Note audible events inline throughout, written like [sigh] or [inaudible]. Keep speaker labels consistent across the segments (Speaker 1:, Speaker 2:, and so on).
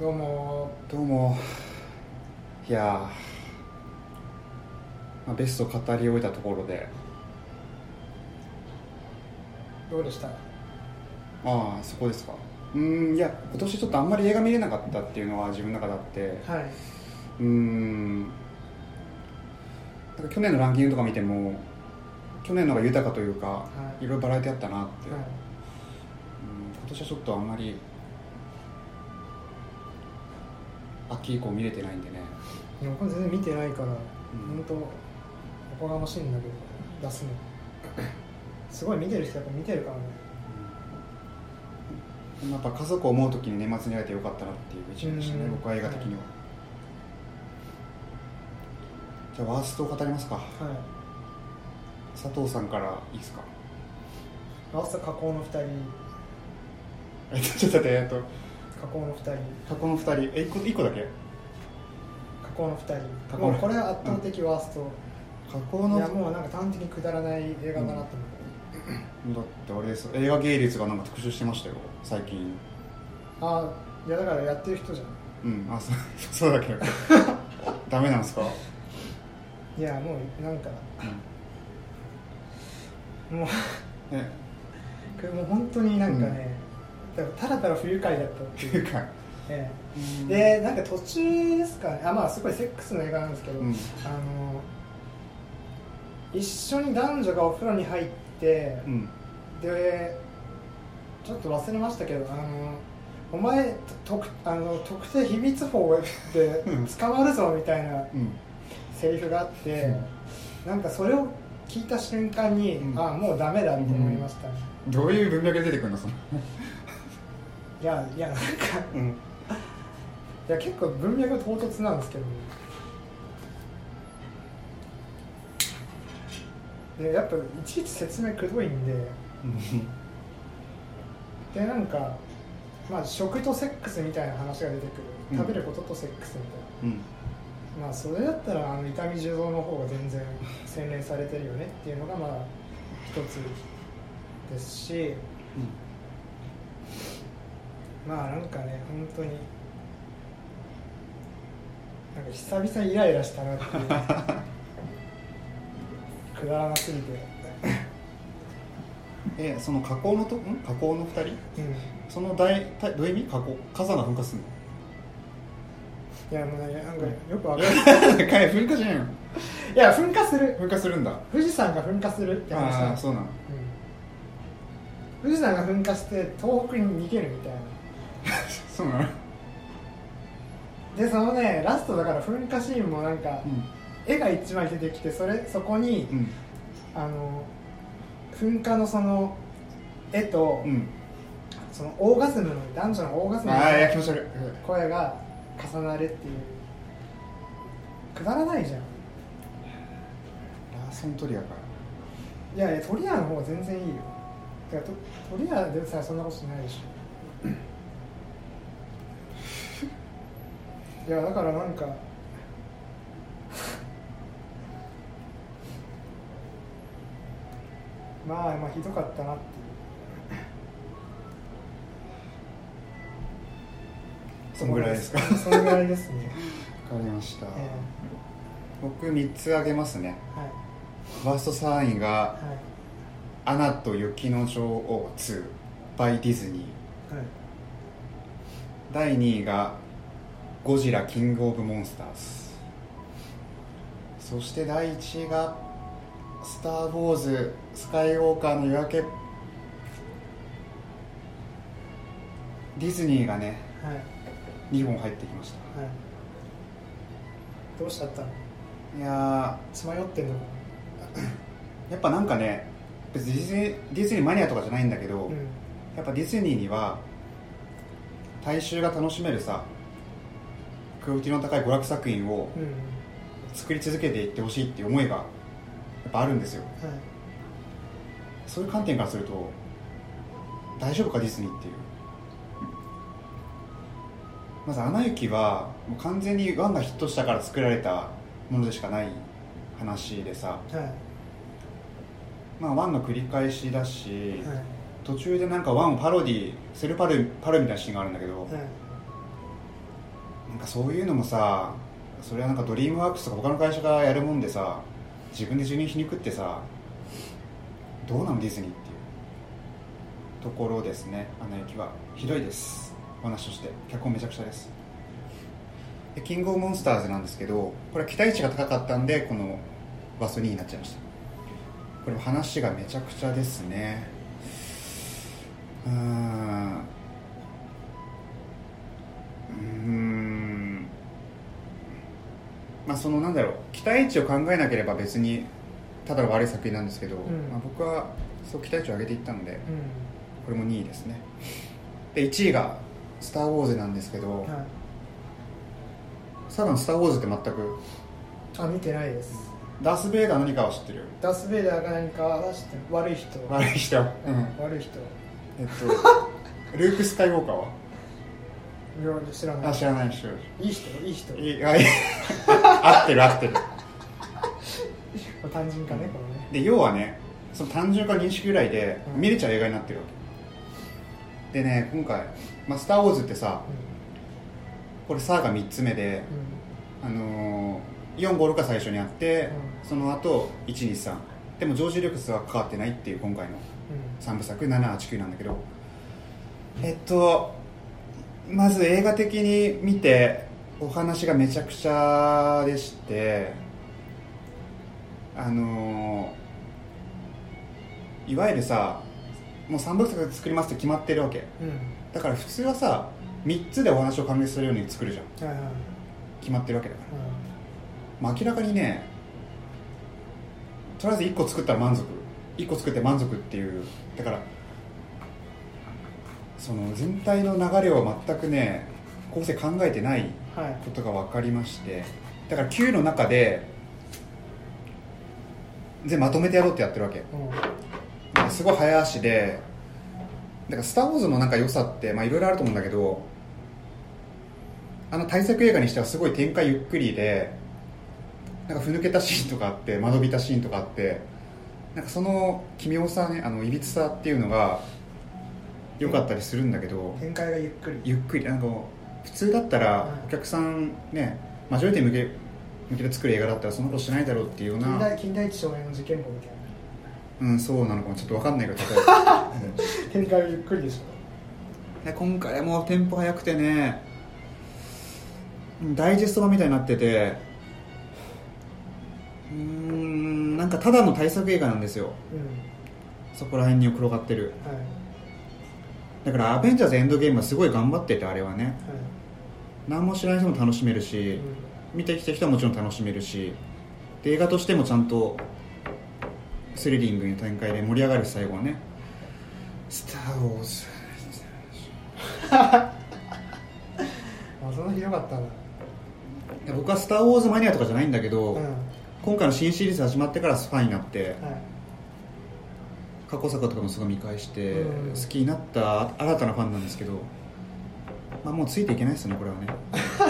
Speaker 1: どうも
Speaker 2: どうもいやー、まあ、ベストを語り終えたところで
Speaker 1: どうでした
Speaker 2: ああそこですかうーんいや今年ちょっとあんまり映画見れなかったっていうのは自分の中であって
Speaker 1: はい、
Speaker 2: うーんなんか去年のランキングとか見ても去年の方が豊かというか、
Speaker 1: はい
Speaker 2: いろいろバラエティあったなって、
Speaker 1: は
Speaker 2: うん今年はちょっとあんまり秋以降見れてないんでね
Speaker 1: い、でもこれ全然見てないから、
Speaker 2: ん
Speaker 1: 本当おこがましいんだけど出す [coughs] のすごい見てる人やっぱ見てるからね
Speaker 2: やっぱ家族を思う時に年末に会えてよかったなっていう一年でしたね
Speaker 1: うん
Speaker 2: 僕は映画的には、
Speaker 1: は
Speaker 2: じゃあワーストを語りますか
Speaker 1: はい
Speaker 2: 佐藤さんからいいですか [laughs]
Speaker 1: ラスト加工の2人
Speaker 2: えっとちょっと待ってえっと
Speaker 1: 加工の2人
Speaker 2: 過去の2人え1個一個だけ
Speaker 1: 加工の2
Speaker 2: 加
Speaker 1: 人
Speaker 2: 工の
Speaker 1: もうこれは圧倒的ワースト、
Speaker 2: 加工の
Speaker 1: いやもうなんか端的にくだらない映画だなと思って、
Speaker 2: だってあれです映画芸術がなんか特集してましたよ最近
Speaker 1: ああいやだからやってる人じゃん
Speaker 2: うんあそう [laughs] そうだけどダメなんですか、
Speaker 1: いやもうなんか
Speaker 2: うん
Speaker 1: もう
Speaker 2: え
Speaker 1: これもう本当になんかね、だからただただ不愉快だったって
Speaker 2: って
Speaker 1: い、
Speaker 2: いううか
Speaker 1: ええでなんか途中ですかねあまあすごいセックスの映画なんですけど、
Speaker 2: うん
Speaker 1: あの一緒に男女がお風呂に入って、
Speaker 2: うん
Speaker 1: でちょっと忘れましたけどあのお前特あの特定秘密法で
Speaker 2: うん
Speaker 1: 捕まるぞみたいな
Speaker 2: うん
Speaker 1: セリフがあって、なんかそれを聞いた瞬間に、
Speaker 2: うん
Speaker 1: ああもうダメだって思いましたね、
Speaker 2: どういう文脈で出てくるのその
Speaker 1: いやいやなんか
Speaker 2: うん
Speaker 1: いや結構文脈唐突なんですけどねでやっぱいちいち説明くどいんででなんかまあ食とセックスみたいな話が出てく
Speaker 2: うん
Speaker 1: る食べることとセックスみたい
Speaker 2: うん
Speaker 1: な、まあそれだったらあの痛み重造の方が全然洗練されてるよねっていうのがまあ一つですしまあなんかね本当になんか久々にイライラしたなっていうくだらなすぎて、
Speaker 2: えその加工のとん加工の2人
Speaker 1: うん、い
Speaker 2: その大体どういう意味加工火山が噴火する
Speaker 1: やもうねなんかよくわ
Speaker 2: の
Speaker 1: かんない
Speaker 2: いや噴火じゃ [laughs] ないの
Speaker 1: いや噴火する
Speaker 2: 噴火するんだ
Speaker 1: 富士山が噴火するって話
Speaker 2: あ
Speaker 1: なん
Speaker 2: あ
Speaker 1: です
Speaker 2: そうなの
Speaker 1: うん、富士山が噴火して東北に逃げるみたいな
Speaker 2: そうなの
Speaker 1: でそのねラストだから噴火シーンもなんか、絵が一枚出てきてそれそこに、
Speaker 2: うんうん
Speaker 1: あの噴火のその絵と、
Speaker 2: うん
Speaker 1: そのオーガズムの男女のオーガズム
Speaker 2: ああいや気
Speaker 1: の
Speaker 2: 持ち悪い
Speaker 1: 声が重なるっていうくだらないじゃん
Speaker 2: ラーソントリアか
Speaker 1: いやいやトリアの方が全然いいよいやトトリアでさえそんなことしないでしょいやだからなんかまあまあひどかったなっていう
Speaker 2: そんぐらいですかわ
Speaker 1: そのぐらいです
Speaker 2: [laughs]
Speaker 1: ね、
Speaker 2: かりました
Speaker 1: え
Speaker 2: 僕3つ挙げますね
Speaker 1: えはい
Speaker 2: ワースト3位が
Speaker 1: はい
Speaker 2: 「アナと雪の女王2」by ディズニー
Speaker 1: はい
Speaker 2: 第2位が「ゴジラキングオブモンスターズ」そして第1位が「スター・ウォーズスカイウォーカーの夜明け」ディズニーがね
Speaker 1: はいはい
Speaker 2: 2本入ってきました
Speaker 1: どうしちゃったの
Speaker 2: いや
Speaker 1: 血迷ってんのか
Speaker 2: ーやっぱなんかね別にディズニーディズニーマニアとかじゃないんだけど、
Speaker 1: なうん
Speaker 2: やっぱディズニーには大衆が楽しめるさクオリティの高い娯楽作品を
Speaker 1: うん
Speaker 2: 作り続けていってほしいっていう思いがやっぱあるんですよ
Speaker 1: はい
Speaker 2: そういう観点からすると大丈夫かディズニーっていうまず「アナ雪」はもう完全にワンがヒットしたから作られたものでしかない話でさ、
Speaker 1: はい
Speaker 2: まあ、ワンの繰り返しだし、
Speaker 1: はい
Speaker 2: 途中でなんかワンをパロディセルパロパロみたいなシーンがあるんだけど、
Speaker 1: はい
Speaker 2: なんかそういうのもさそれはなんかドリームワークスとか他の会社がやるもんでさ自分で授乳しに行くってさどうなのディズニーっていうところですね「アナ雪」はひどいですお話として脚本めちゃくちゃですでキングオブモンスターズなんですけどこれは期待値が高かったんでこのバス2になっちゃいましたこれも話がめちゃくちゃですねうーんうーんまあそのなんだろう期待値を考えなければ別にただの悪い作品なんですけど、
Speaker 1: ん
Speaker 2: まあ、僕はそう期待値を上げていったので
Speaker 1: う
Speaker 2: これも2位ですねで1位が「スター・ウォーズ」なんですけど、
Speaker 1: んはい
Speaker 2: サダン「スター・ウォーズ」って全く
Speaker 1: あ見てないです
Speaker 2: ダース・ベイダー何かは知ってる
Speaker 1: ダース・ベイダーが何かは知ってる悪い人
Speaker 2: 悪い人、うん
Speaker 1: 悪い人
Speaker 2: えっ [laughs] とルーク・スカイウォーカーはい
Speaker 1: や知らない
Speaker 2: あ知らない人
Speaker 1: いい人いい人
Speaker 2: い [laughs] あい合ってる合ってる
Speaker 1: 単純化ねこのね
Speaker 2: で要はねその単純化認識ぐらいで
Speaker 1: うん
Speaker 2: 見れちゃう映画になってるわけでね今回「まあ、スター・ウォーズ」ってさこれサーが3つ目で、
Speaker 1: うん
Speaker 2: あのー、456が最初にあって、
Speaker 1: う
Speaker 2: その後123でもジョージ・ルークスは関わってないっていう今回の3部作789なんだけどえっとまず映画的に見てお話がめちゃくちゃでしてあのーいわゆるさもう3部作作りますって決まってるわけ
Speaker 1: うん
Speaker 2: だから普通はさ3つでお話を完結するように作るじゃん
Speaker 1: うんはいはい
Speaker 2: 決まってるわけだからまあ、明らかにねとりあえず1個作ったら満足1個作って満足っていうだからその全体の流れを全くね構成考えてない
Speaker 1: うんはい
Speaker 2: ことが分かりましてだから Q の中で全部まとめてやろうってやってるわけ
Speaker 1: うん
Speaker 2: なんかすごい早足でだから「スター・ウォーズ」のなんか良さってまあいろいろあると思うんだけどあの大作映画にしてはすごい展開ゆっくりでなんかふぬけたシーンとかあって間延びたシーンとかあってなんかその奇妙さねあのいびつさっていうのが良かったりするんだけど
Speaker 1: 展開がゆっくり
Speaker 2: ゆっくりなんか普通だったら
Speaker 1: うん
Speaker 2: お客さんねマジョリティ向け向けて作る映画だったらそんなことしないだろうっていうよう
Speaker 1: 近
Speaker 2: な
Speaker 1: 代近代一少年の事件簿みたいな
Speaker 2: うんそうなのかもちょっと分かんないけど例えばうん
Speaker 1: 展開がゆっくりでし
Speaker 2: で今回もテンポ速くてねダイジェスト版みたいになっててうーんなんかただの大作映画なんですよ
Speaker 1: ょうん
Speaker 2: そこら辺に転がってる
Speaker 1: はい
Speaker 2: だから「アベンジャーズエンドゲーム」はすごい頑張っててあれはね
Speaker 1: は
Speaker 2: 何も知らない人も楽しめる
Speaker 1: いう、
Speaker 2: し
Speaker 1: ん
Speaker 2: 見てきた人はもちろん楽しめるしで映画としてもちゃんとスリリングに展開で盛り上がるし最後はね「スター・ウォーズ」
Speaker 1: あそんなひどかったんだ
Speaker 2: いや僕は「スター・ウォーズ」マニアとかじゃないんだけど、
Speaker 1: うんは
Speaker 2: 今回の新シリーズ始まってからファンになって
Speaker 1: い
Speaker 2: 過去作とかもすごい見返して
Speaker 1: うん
Speaker 2: 好きになった新たなファンなんですけど、まあ、もうついていけないですねこれは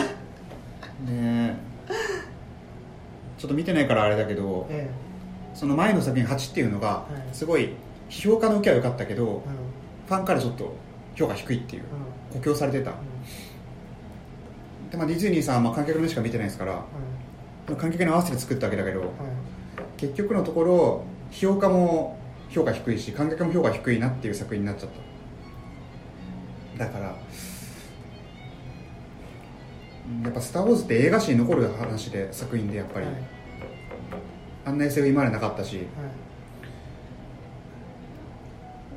Speaker 1: [laughs]
Speaker 2: ねねえちょっと見てないからあれだけど
Speaker 1: え
Speaker 2: その前の作品「8」っていうのが
Speaker 1: はい
Speaker 2: すごい評価の受けは良かったけど
Speaker 1: えうん
Speaker 2: ファンからちょっと評価低いっていう
Speaker 1: うん
Speaker 2: 補強されてたで、まあ、ディズニーさんはまあ観客の目しか見てないですから
Speaker 1: う
Speaker 2: 観客に合わせて作ったわけだけど
Speaker 1: んうんはい
Speaker 2: 結局のところ評価も評価低いし観客も評価低いなっていう作品になっちゃっただからうんやっぱ「スター・ウォーズ」って映画史に残る話で作品でやっぱり、
Speaker 1: はい
Speaker 2: あんな SF 今までなかったし
Speaker 1: はい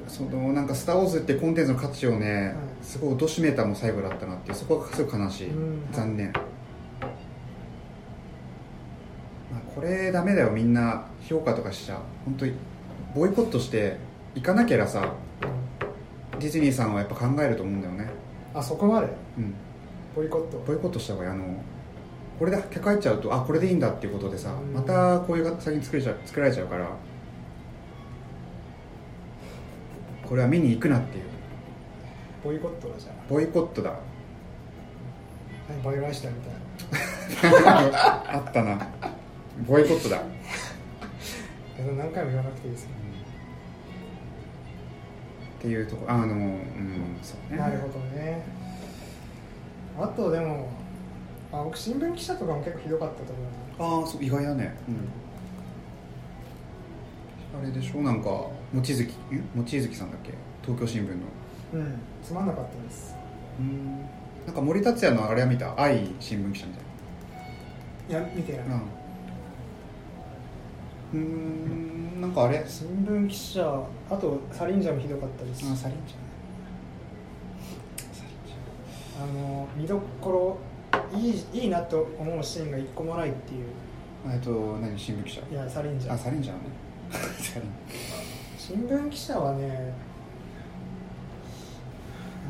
Speaker 2: そのなんか「スター・ウォーズ」ってコンテンツの価値をね、
Speaker 1: うん
Speaker 2: すごい貶としめたも最後だったなっていうそこがすごく悲しい、
Speaker 1: うん
Speaker 2: 残念、まあ、これダメだよみんな評価とかしちゃ本当にボイコットして行かなきゃさ
Speaker 1: うん
Speaker 2: ディズニーさんはやっぱ考えると思うんだよね
Speaker 1: あそこまで
Speaker 2: うん
Speaker 1: ボイコット
Speaker 2: ボイコットした方がいいあのこれで客入っちゃうとあこれでいいんだっていうことでさ
Speaker 1: うん
Speaker 2: またこういう作品作れちゃ作られちゃうからこれは見に行くなっていう
Speaker 1: ボイコットだじゃあ
Speaker 2: ボイコットだ
Speaker 1: 何ボイラしたみたいな
Speaker 2: あったなボイコットだ
Speaker 1: いやそれ何回も言わなくていいですよ
Speaker 2: っていうとこあのうんそうね
Speaker 1: なるほどねあとでもあ僕新聞記者とかも結構ひどかったと思うんで
Speaker 2: ああそう意外だねうんあれでしょなんか望月ん望月さんだっけ東京新聞の
Speaker 1: うんつまんなかったです
Speaker 2: うんなんか森達也のあれは見た愛新聞記者みたい
Speaker 1: いや見てない、
Speaker 2: なうんうんなんかあれ
Speaker 1: 新聞記者あとサリンジャーもひどかったです
Speaker 2: サリンじゃ
Speaker 1: あの見どころいいいいなと思うシーンが一個もないっていう
Speaker 2: ないえっと何新聞記者
Speaker 1: いやサリンジャ
Speaker 2: あ
Speaker 1: ー
Speaker 2: サリンじゃんね [laughs] サリン
Speaker 1: 新聞記者はね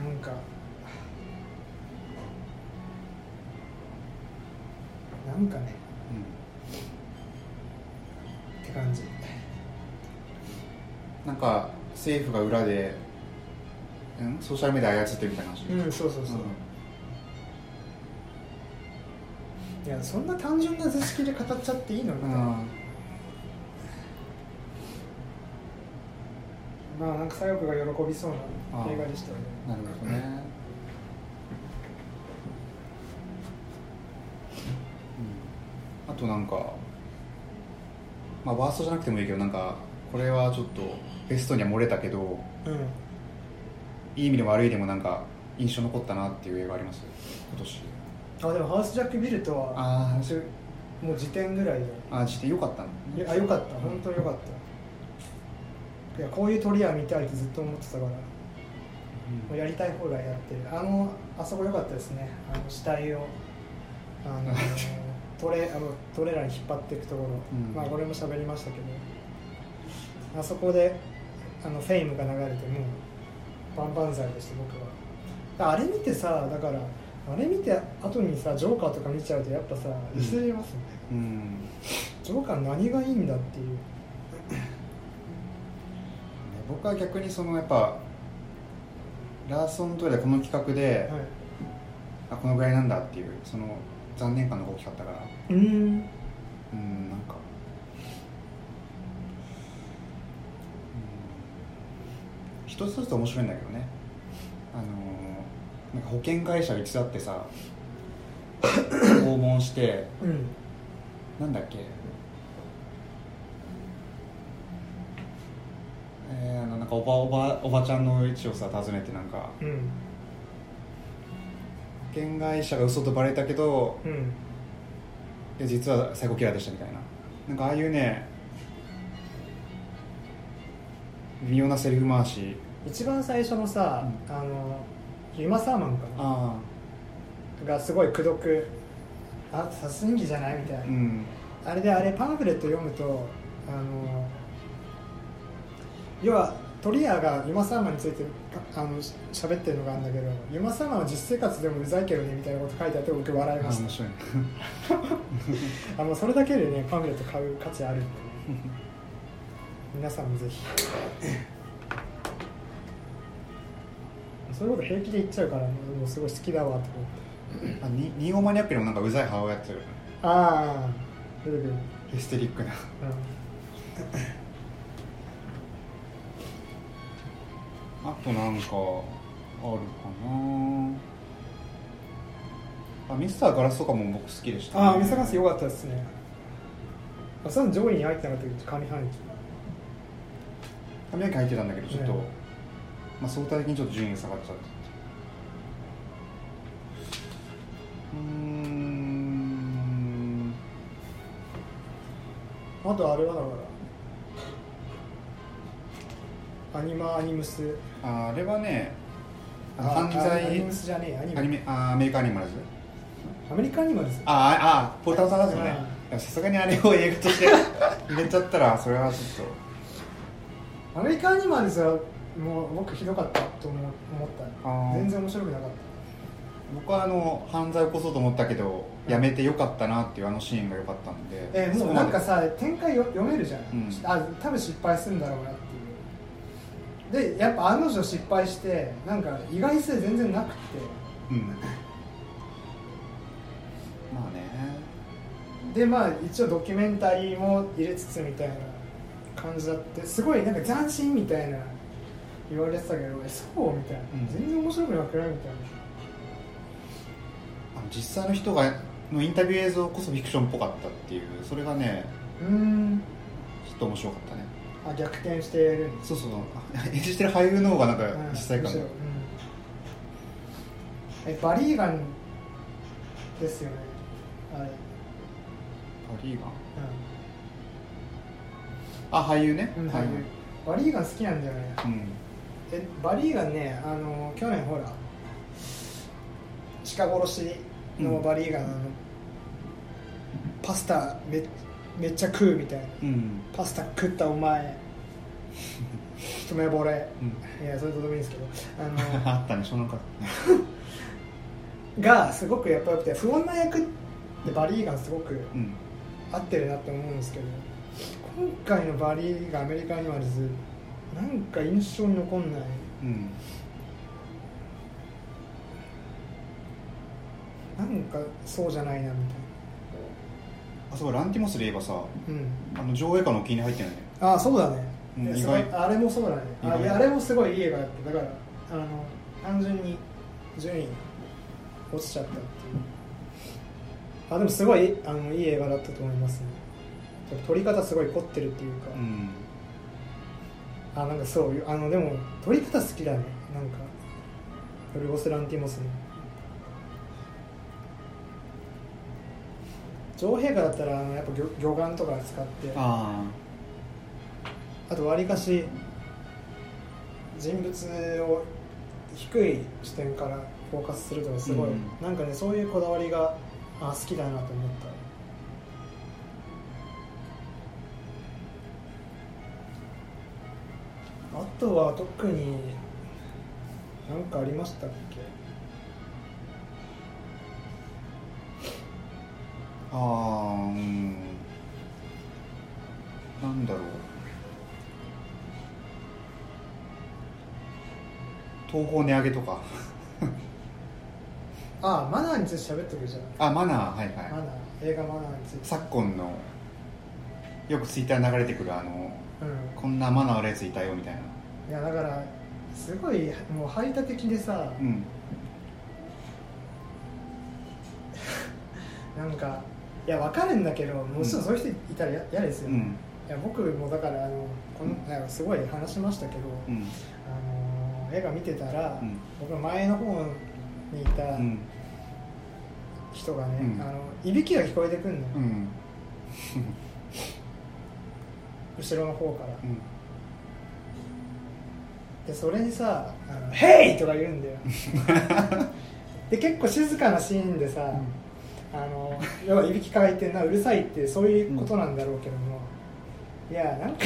Speaker 1: なんかなんかね
Speaker 2: う
Speaker 1: って感じ
Speaker 2: んなんか政府が裏でんソーシャルメディア操ってるみたいな話
Speaker 1: うんそうそうそう、いやそんな単純な図式で語っちゃっていいのみ
Speaker 2: う
Speaker 1: たい
Speaker 2: ん
Speaker 1: な、
Speaker 2: あ
Speaker 1: まあなんか左翼が喜びそう
Speaker 2: あ
Speaker 1: な
Speaker 2: ー
Speaker 1: 映画でしたよね
Speaker 2: ーなるほどねうんあとなんかまあワーストじゃなくてもいいけどなんかこれはちょっとベストには漏れたけど
Speaker 1: うん
Speaker 2: いい意味でも悪い意味でもなんか印象残ったなっていう映画あります今年
Speaker 1: あでもハウスジャックビルとは
Speaker 2: あ
Speaker 1: 私もう時点ぐらいで
Speaker 2: ああしてよかったの
Speaker 1: いやあよかった本当によかったいやこういう鳥は見たいってずっと思ってたからもうやりたい放題やってるあのあそこ良かったですねあの死体をあ
Speaker 2: [laughs]
Speaker 1: のトレあのトレーラーに引っ張っていくところ、
Speaker 2: うん
Speaker 1: まあこれも喋りましたけどあそこであのフェイムが流れてもう万々歳でした僕はだあれ見てさだからあれ見て後にさジョーカーとか見ちゃうとやっぱさ
Speaker 2: うん
Speaker 1: 薄れますね、
Speaker 2: うん
Speaker 1: ジョーカー何がいいんだっていう
Speaker 2: 僕は逆にそのやっぱラーソントイレこの企画で、
Speaker 1: はい
Speaker 2: あこのぐらいなんだっていうその残念感の方が大きかったから
Speaker 1: うん
Speaker 2: うんなんかうん一つずつ面白いんだけどねあのーなんか保険会社を一だっ
Speaker 1: [laughs]
Speaker 2: てさ訪問して
Speaker 1: うん
Speaker 2: なんだっけえー、あのなんかおばおばおばちゃんの家をさ訪ねてなんか
Speaker 1: うん
Speaker 2: 保険会社が嘘とバレたけど
Speaker 1: うん
Speaker 2: で実はサイコキラーでしたみたいななんかああいうね微妙なセリフ回し
Speaker 1: 一番最初のさ、
Speaker 2: うん
Speaker 1: あのユマ・サーマンかな
Speaker 2: あ
Speaker 1: がすごいくどくあ殺人鬼じゃないみたいな、
Speaker 2: あうん
Speaker 1: あれであれパンフレット読むとあの要はトリアがユマ・サーマンについてああのし喋ってるのがあるんだけどユマ・サーマンは実生活でもうざいけどねみたいなこと書いてあって僕
Speaker 2: あ
Speaker 1: 笑いま
Speaker 2: ー
Speaker 1: し
Speaker 2: 面白いね [laughs]
Speaker 1: たあのそれだけでねパンフレット買う価値あるんでね皆さんもぜひそういうこと平気で言っちゃうからもうすごい好きだわと思って
Speaker 2: あにニオマニアックにもなんかうざい母親やってる
Speaker 1: ああ出てくる
Speaker 2: ヒステリックなあとなんかあるかなあミスターガラスとかも僕好きでした、
Speaker 1: ああ見せます
Speaker 2: よ
Speaker 1: よかったですねあその上位に入ってなかったけど上半期
Speaker 2: 髪の毛入ってたんだけどちょっと、
Speaker 1: ね
Speaker 2: まあ、相対的にちょっと順位が下がっちゃってうーん
Speaker 1: あとあれはだからアニマアニムス
Speaker 2: ああれはねあの
Speaker 1: あ
Speaker 2: 犯罪
Speaker 1: アニムスじゃねえアニ
Speaker 2: アニ
Speaker 1: メ
Speaker 2: メあアメリカアニマルズ
Speaker 1: アメリカアニマルです
Speaker 2: あああポルターさんですよねでもさすがにあれを映画として入れちゃったらそれはちょっ
Speaker 1: アメリカアニマルズはもう僕ひどかったと思う思っ
Speaker 2: あー
Speaker 1: た全然面白くなかっ
Speaker 2: と僕はあの犯罪を起こそうと思ったけどやめてよかったなっていうあのシーンが良かったんで
Speaker 1: たえ
Speaker 2: そ
Speaker 1: もう
Speaker 2: こま
Speaker 1: な
Speaker 2: で
Speaker 1: んかさ展開よ読めるじゃん、
Speaker 2: うん
Speaker 1: あ多分失敗するんだろうなっていうでやっぱ案の定失敗してなんか意外性全然なくて
Speaker 2: うんまあね
Speaker 1: でまあ一応ドキュメンタリーも入れつつみたいな感じだってすごいなんか斬新みたいな言われてたけどえそうみたいな、
Speaker 2: うん
Speaker 1: 全然面白くなくないみたいな
Speaker 2: あの実際の人がのインタビュー映像こそフィクションっぽかったっていうそれがね
Speaker 1: うーん
Speaker 2: ちょっと面白かったね
Speaker 1: あ逆転してるんです
Speaker 2: そうそうあ演じてる俳優の方がなんか
Speaker 1: うん
Speaker 2: 実際感
Speaker 1: むし
Speaker 2: が
Speaker 1: ろうんえバリーガンですよねあれ、
Speaker 2: パリーガンあ俳優ね、
Speaker 1: うんうん
Speaker 2: 俳優
Speaker 1: バリーガン好きなんだよね
Speaker 2: うん
Speaker 1: えバリーガンねあの去年ほら鹿殺しのバリーガン、あのパスタめめっちゃ食うみたいな
Speaker 2: うん
Speaker 1: パスタ食ったお
Speaker 2: [laughs]
Speaker 1: 前一目惚れ
Speaker 2: うん [laughs]
Speaker 1: いやそれどうでもいいんですけどあの
Speaker 2: あったねその方
Speaker 1: がすごくやっぱよくて不穏な役ってバリーガンすごく
Speaker 2: うん
Speaker 1: 合ってるなって思うんですけど今回のバリーがアメリカにはずなんか印象に残んない
Speaker 2: うん
Speaker 1: なんかそうじゃないなみ
Speaker 2: あそうランティモスで言えばさ
Speaker 1: たいなうん
Speaker 2: あの上映下のお気に入り入ってないね
Speaker 1: ああそうだね、
Speaker 2: うん
Speaker 1: いや
Speaker 2: 意外
Speaker 1: すごいあれもそうだね
Speaker 2: 意
Speaker 1: あ
Speaker 2: 外
Speaker 1: いやあれもすごいいい映画だっただからあの単純に順位落ちちゃったっていうあでもすごいあのいい映画だったと思いますねでも撮り方すごい凝ってるっていうか、
Speaker 2: うん
Speaker 1: あなんかそういうあのでも撮り方好きだねなんかヨルゴス・ランティモスの女王陛下だったらあのやっぱ魚魚眼とか使ってあ
Speaker 2: あ
Speaker 1: とわりかし人物を低い視点からフォーカスするとかすごい、
Speaker 2: うん
Speaker 1: なんかねそういうこだわりがあ好きだなと思ったあとは特に何かありましたっけ
Speaker 2: ああーうんなんだろう東宝値上げとか [laughs]
Speaker 1: あマナーについて喋ってくるじゃん
Speaker 2: あマナーはいはい
Speaker 1: マナー映画マナーについて
Speaker 2: 昨今のよくツイッターに流れてくるあの
Speaker 1: うん
Speaker 2: こんなマナー悪いやついたよみたいない
Speaker 1: やだからすごいもう排他的でさ、
Speaker 2: うん
Speaker 1: なんかいやわかるんだけどもちろんそういう人いたらや嫌です
Speaker 2: う
Speaker 1: よ、
Speaker 2: ん
Speaker 1: いや僕もだからあのこのなんかすごい話しましたけど、
Speaker 2: うん
Speaker 1: あの映画見てたら、
Speaker 2: うん
Speaker 1: 僕の前の方にいた
Speaker 2: うん
Speaker 1: 人がね、
Speaker 2: うん
Speaker 1: あのいびきが聞こえてくるのよ、
Speaker 2: うん
Speaker 1: 後ろの方から、
Speaker 2: うん
Speaker 1: でそれにさ「あのヘイ!」とか言うん
Speaker 2: [laughs]
Speaker 1: だよで結構静かなシーンでさ、あの要はいびきかいてんなうるさいってそういうことなんだろうけども、いやなんか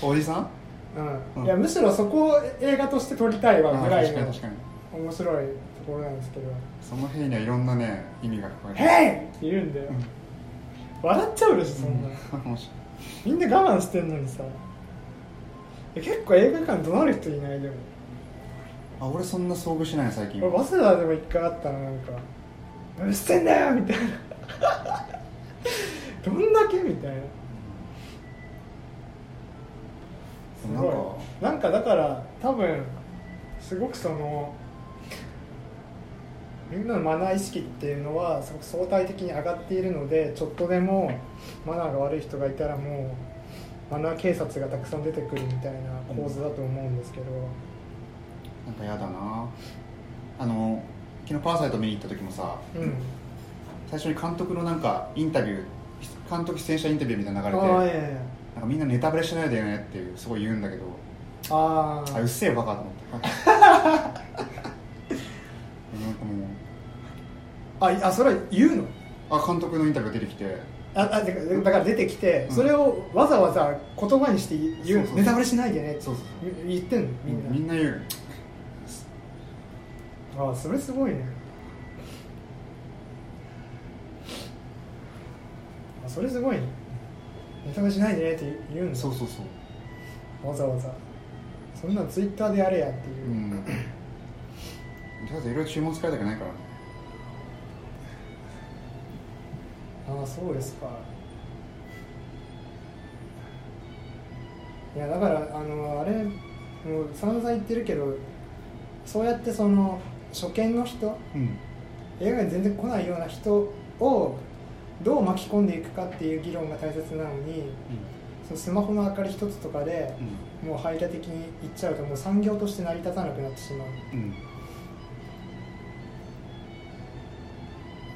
Speaker 2: おじさん
Speaker 1: う、
Speaker 2: うんん
Speaker 1: いやむしろそこを映画として撮りたいわ
Speaker 2: あ
Speaker 1: ぐらい
Speaker 2: 確かに
Speaker 1: の
Speaker 2: 確かに
Speaker 1: 面白いところなんですけど
Speaker 2: その辺にはいろんなね意味が書
Speaker 1: 「
Speaker 2: かれてる
Speaker 1: ヘイ!」って言うんだよ、
Speaker 2: うん
Speaker 1: 笑っちゃうでしょそんな、
Speaker 2: うん面白い
Speaker 1: みんな我慢してんのにさえ結構映画館怒鳴る人いないでも
Speaker 2: [laughs] あ俺そんな遭遇しないの最近
Speaker 1: 俺早稲田でも一回あったのなんか「何してんだよ!」みたいな [laughs] どんだけみたいなす
Speaker 2: なんか
Speaker 1: ごいなんかだから多分すごくそのみんなのマナー意識っていうのはすごく相対的に上がっているのでちょっとでもマナーが悪い人がいたらもうマナー警察がたくさん出てくるみたいな構図だと思うんですけど、
Speaker 2: なんかやだなあの昨日パーサイト見に行った時もさ
Speaker 1: うん、
Speaker 2: 最初に監督のなんかインタビュー監督出演者インタビューみたいな
Speaker 1: あ
Speaker 2: の流
Speaker 1: あ
Speaker 2: れて
Speaker 1: え
Speaker 2: なんかみんなネタバレしないでねっていうすごい言うんだけど
Speaker 1: えあ
Speaker 2: あうっ
Speaker 1: あ
Speaker 2: せえバカと思っ
Speaker 1: [laughs]
Speaker 2: てなんかもう
Speaker 1: あいあそれは言うの
Speaker 2: あ監督のインタビューが出てきて
Speaker 1: ああてかだから出てきて、
Speaker 2: うん
Speaker 1: それをわざわざ言葉にして言うの
Speaker 2: そうそうそう
Speaker 1: ネタバレしないでねって
Speaker 2: そうそう
Speaker 1: 言ってんのみんな、
Speaker 2: みんな言う
Speaker 1: ああそれすごいねあそれすごいねネタバレしないでねって言うんだ
Speaker 2: そうそうそう
Speaker 1: わざわざそんなんツイッターでやれやっていうう、
Speaker 2: んとりあえずいろいろ注文使いたくないからね
Speaker 1: ああそうですかいやだからあのあれもう散々言ってるけどそうやってその初見の人
Speaker 2: うん
Speaker 1: 映画に全然来ないような人をどう巻き込んでいくかっていう議論が大切なのにそのスマホの明かり一つとかで
Speaker 2: うん
Speaker 1: もう排他的にいっちゃうともう産業として成り立たなくなってしまう
Speaker 2: うん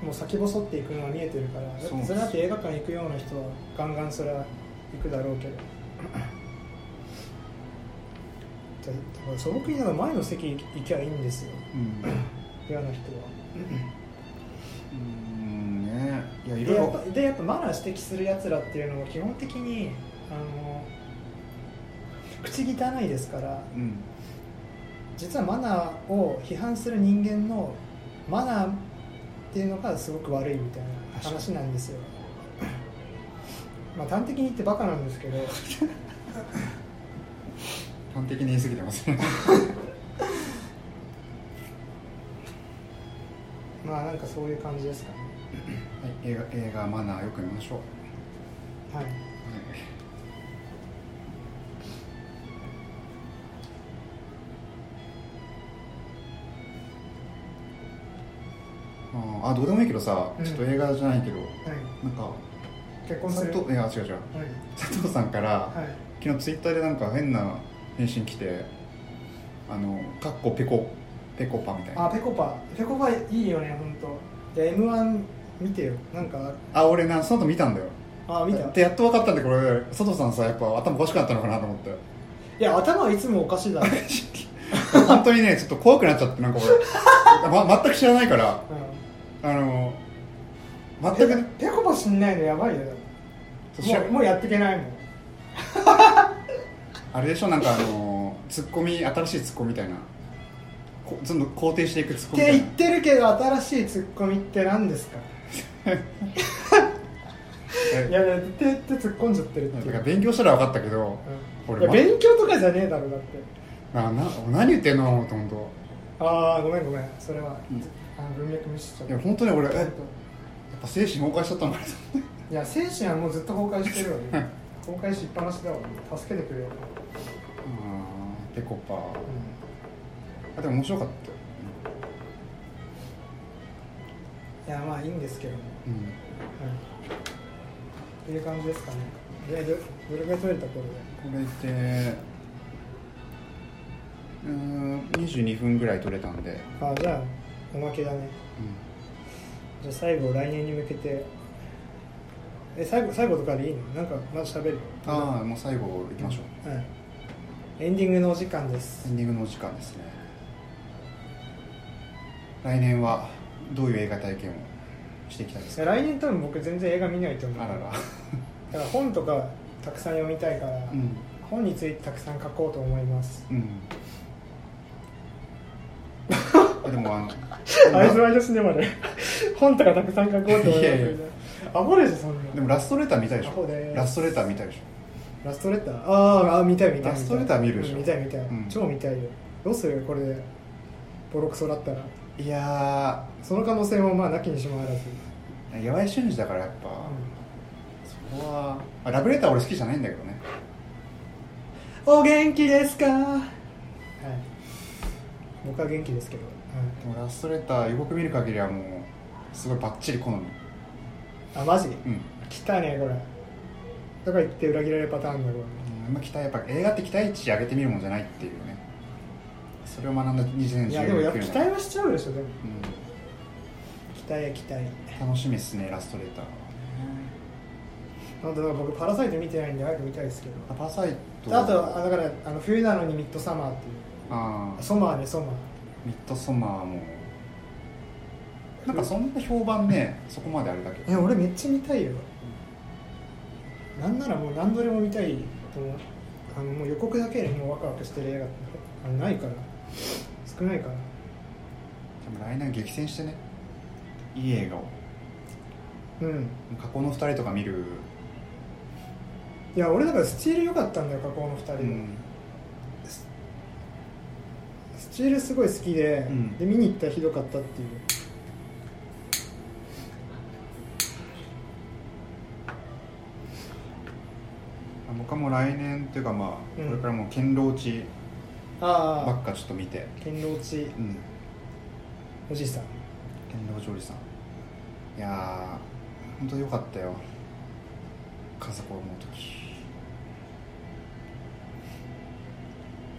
Speaker 1: もう先細っていくのは見えてるからだって
Speaker 2: そうです
Speaker 1: それだって映画館行くような人はガンガンそれは行くだろうけどだだから素朴になんか前の席行きゃいいんですよ
Speaker 2: うん
Speaker 1: 嫌な人は。
Speaker 2: うんねいやい
Speaker 1: で
Speaker 2: ろい
Speaker 1: やっ
Speaker 2: ろ
Speaker 1: ぱでやっぱマナー指摘するやつらっていうのは基本的にあの口汚いですから
Speaker 2: うん
Speaker 1: 実はマナーを批判する人間のマナーっていうのがすごく悪いみたいな話なんですよまあ端的に言ってバカなんですけど
Speaker 2: 端的に言い過ぎてますね
Speaker 1: まあなんかそういう感じですかね
Speaker 2: はい映画映画マナーよく見ましょう
Speaker 1: はい
Speaker 2: はいあーあどうでもいいけどさ、
Speaker 1: うん
Speaker 2: ちょっと映画じゃないけど
Speaker 1: はい
Speaker 2: なんか
Speaker 1: 結婚す
Speaker 2: 佐
Speaker 1: る
Speaker 2: 藤いや違う違
Speaker 1: は
Speaker 2: う
Speaker 1: い
Speaker 2: 佐藤さんから、
Speaker 1: はい
Speaker 2: 昨日ツイッターでなんか変な返信来てあのかっこペコペコパみたいな
Speaker 1: あペコパペコパいいよね本当で m 1見てよなんか
Speaker 2: あ俺なその後見たんだよ
Speaker 1: あ見た
Speaker 2: でやっと分かったんでこれ佐藤さんさやっぱ頭おかしくなったのかなと思って [laughs]
Speaker 1: いや頭はいつもおかしいだ [laughs] ろ、う
Speaker 2: 本当にねちょっと怖くなっちゃってなんか俺、 [laughs] ま、全く知らないから
Speaker 1: ん、
Speaker 2: あの全
Speaker 1: ペ
Speaker 2: くね
Speaker 1: ペコパしんないのやばいよ
Speaker 2: そう知
Speaker 1: も
Speaker 2: ら
Speaker 1: うもうやっていけないもん
Speaker 2: あれでしょなんかあのツッコミ新しいツッコミみたいなこどんどん肯定していくツッ
Speaker 1: っ
Speaker 2: コミみ
Speaker 1: て
Speaker 2: たい
Speaker 1: 言
Speaker 2: な
Speaker 1: ってるけど新しいツッコミって何ですかい
Speaker 2: え
Speaker 1: やいやってって突っ込んじゃってるって
Speaker 2: だ
Speaker 1: い
Speaker 2: から
Speaker 1: う、
Speaker 2: 勉強したら分かったけど
Speaker 1: うん、い
Speaker 2: 俺
Speaker 1: や
Speaker 2: ま
Speaker 1: 勉強とかじゃねえだろだって
Speaker 2: なな何言ってんのと思って
Speaker 1: ああごめんごめんそれは、
Speaker 2: うん
Speaker 1: あの文脈無視しちゃっ
Speaker 2: い
Speaker 1: た
Speaker 2: や本当に俺えやっぱ精神崩壊しちゃったのかなと思って
Speaker 1: いや精神はもうずっと崩壊してるわね崩壊しっぱなしだわ助けてくれよ、
Speaker 2: うんペコパ
Speaker 1: うん、
Speaker 2: あでも面白かったよ
Speaker 1: いやまあいいんですけども
Speaker 2: うん
Speaker 1: はい、っていう感じですかね。で、どどれぐらい取れたこれ
Speaker 2: これでうーん22分ぐらい取れたんで、
Speaker 1: で。あ、じゃあ、おまけだね。じゃあ、最後、来年に向けて。え、最後、最後とかでいいの、なんか、まだ喋る。
Speaker 2: ああもう最後いきましょう
Speaker 1: はい。エンディングのお時間で
Speaker 2: エ
Speaker 1: す。
Speaker 2: ンディングのお時間ですね来年はどういう映画体験をしていきたいです
Speaker 1: いや
Speaker 2: か
Speaker 1: 来年多分僕全然映画見ないと思う
Speaker 2: あらら
Speaker 1: だから本とかたくさん読みたいから、
Speaker 2: うん
Speaker 1: 本についてたくさん書こうと思います
Speaker 2: [laughs] うんあでもあの
Speaker 1: アイズワイドシネマ
Speaker 2: [laughs]
Speaker 1: で本とかたくさん書こうと思います
Speaker 2: いやいや
Speaker 1: アホでしょそんな
Speaker 2: でもラストレター見たいでし
Speaker 1: アホで
Speaker 2: ょラストレター見たいでしょ
Speaker 1: ラストレターあーあー見たい見たい
Speaker 2: ラストレター見るでしょ
Speaker 1: うん見たい見たい、
Speaker 2: うん
Speaker 1: 超見たいよどうするこれでボロクソだったら
Speaker 2: いや
Speaker 1: その可能性もまあなきにしもあらず、
Speaker 2: ー八重俊二だからやっぱ、
Speaker 1: う
Speaker 2: そこはあラブレター俺好きじゃないんだけどね
Speaker 1: んお元気ですかはい僕は元気ですけど、
Speaker 2: でもラストレター予告見る限りはもうすごいバッチリ好み
Speaker 1: うんあマジ
Speaker 2: うん
Speaker 1: 来たねこれだから言って裏切られるパターンだこれ
Speaker 2: あんま期待やっぱ映画って期待値上げてみるもんじゃないっていうねそれを学んだ2019年
Speaker 1: いやでもやっぱ期待はしちゃうでしょでも
Speaker 2: う
Speaker 1: 期待や期待
Speaker 2: ん、楽しみっすねラストレター
Speaker 1: なんだから僕パラサイト見てないんで早く見たいですけど
Speaker 2: あパラサイト
Speaker 1: あとあだからあの冬なのにミッドサマーっていう
Speaker 2: あー
Speaker 1: ソマーねソマー
Speaker 2: ミッドソマーもなんかそんな評判ねそこまであれだけど
Speaker 1: え俺めっちゃ見たいよ、なんならもう何度でも見たいと思うあのもう予告だけでもうワクワクしてる映画あのないから少ないから
Speaker 2: でも来年激戦してねいい映画を
Speaker 1: うん
Speaker 2: 過去の2人とか見る、
Speaker 1: いや俺だからスチール良かったんだよ過去の2人、
Speaker 2: うん
Speaker 1: スチールすごい好きで、
Speaker 2: うん
Speaker 1: で見に行ったらひどかったっていう
Speaker 2: 僕はもう来年っていうかまあ、
Speaker 1: うん
Speaker 2: これからもう堅牢地
Speaker 1: あ
Speaker 2: ばっ
Speaker 1: あ
Speaker 2: かちょっと見て
Speaker 1: 堅牢地
Speaker 2: うん
Speaker 1: おじいさん
Speaker 2: 天童勝利さんいやー本当良かったよ家族を思う時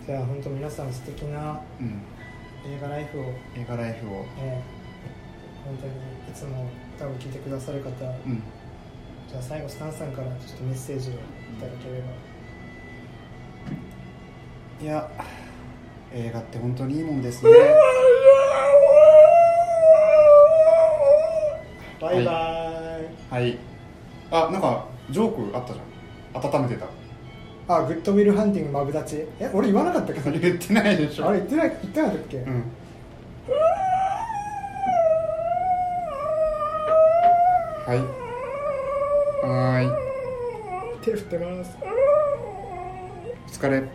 Speaker 1: じゃあ本当皆さん素敵な
Speaker 2: うん
Speaker 1: 映画ライフを、
Speaker 2: 映画ライフを
Speaker 1: えー本当にいつも多分聞いてくださる方、
Speaker 2: うん
Speaker 1: じゃあ最後スタンさんからちょっとメッセージをいただければ、
Speaker 2: いや映画って本当にいいもんですね
Speaker 1: バイバイ、
Speaker 2: はいあなんかジョークあったじゃん温めてた
Speaker 1: あグッドウィルハンティングマブダチえ俺言わなかったっけそれ
Speaker 2: 言ってないでしょ
Speaker 1: あれ言ってない言ってなかったっけ、
Speaker 2: うんはいはーい
Speaker 1: 手振ってます
Speaker 2: お疲れ